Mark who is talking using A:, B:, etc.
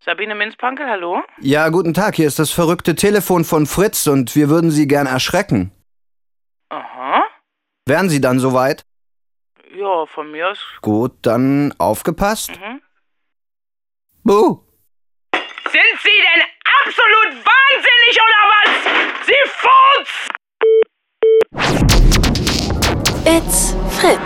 A: Sabine Minzpankel, hallo?
B: Ja, guten Tag, hier ist das verrückte Telefon von Fritz und wir würden Sie gern erschrecken.
A: Aha.
B: Wären Sie dann soweit?
A: Ja, von mir aus.
B: Gut, dann aufgepasst.
A: Mhm.
B: Buh.
A: Sind Sie denn absolut wahnsinnig oder was? Sie Furz!
C: It's Fritz.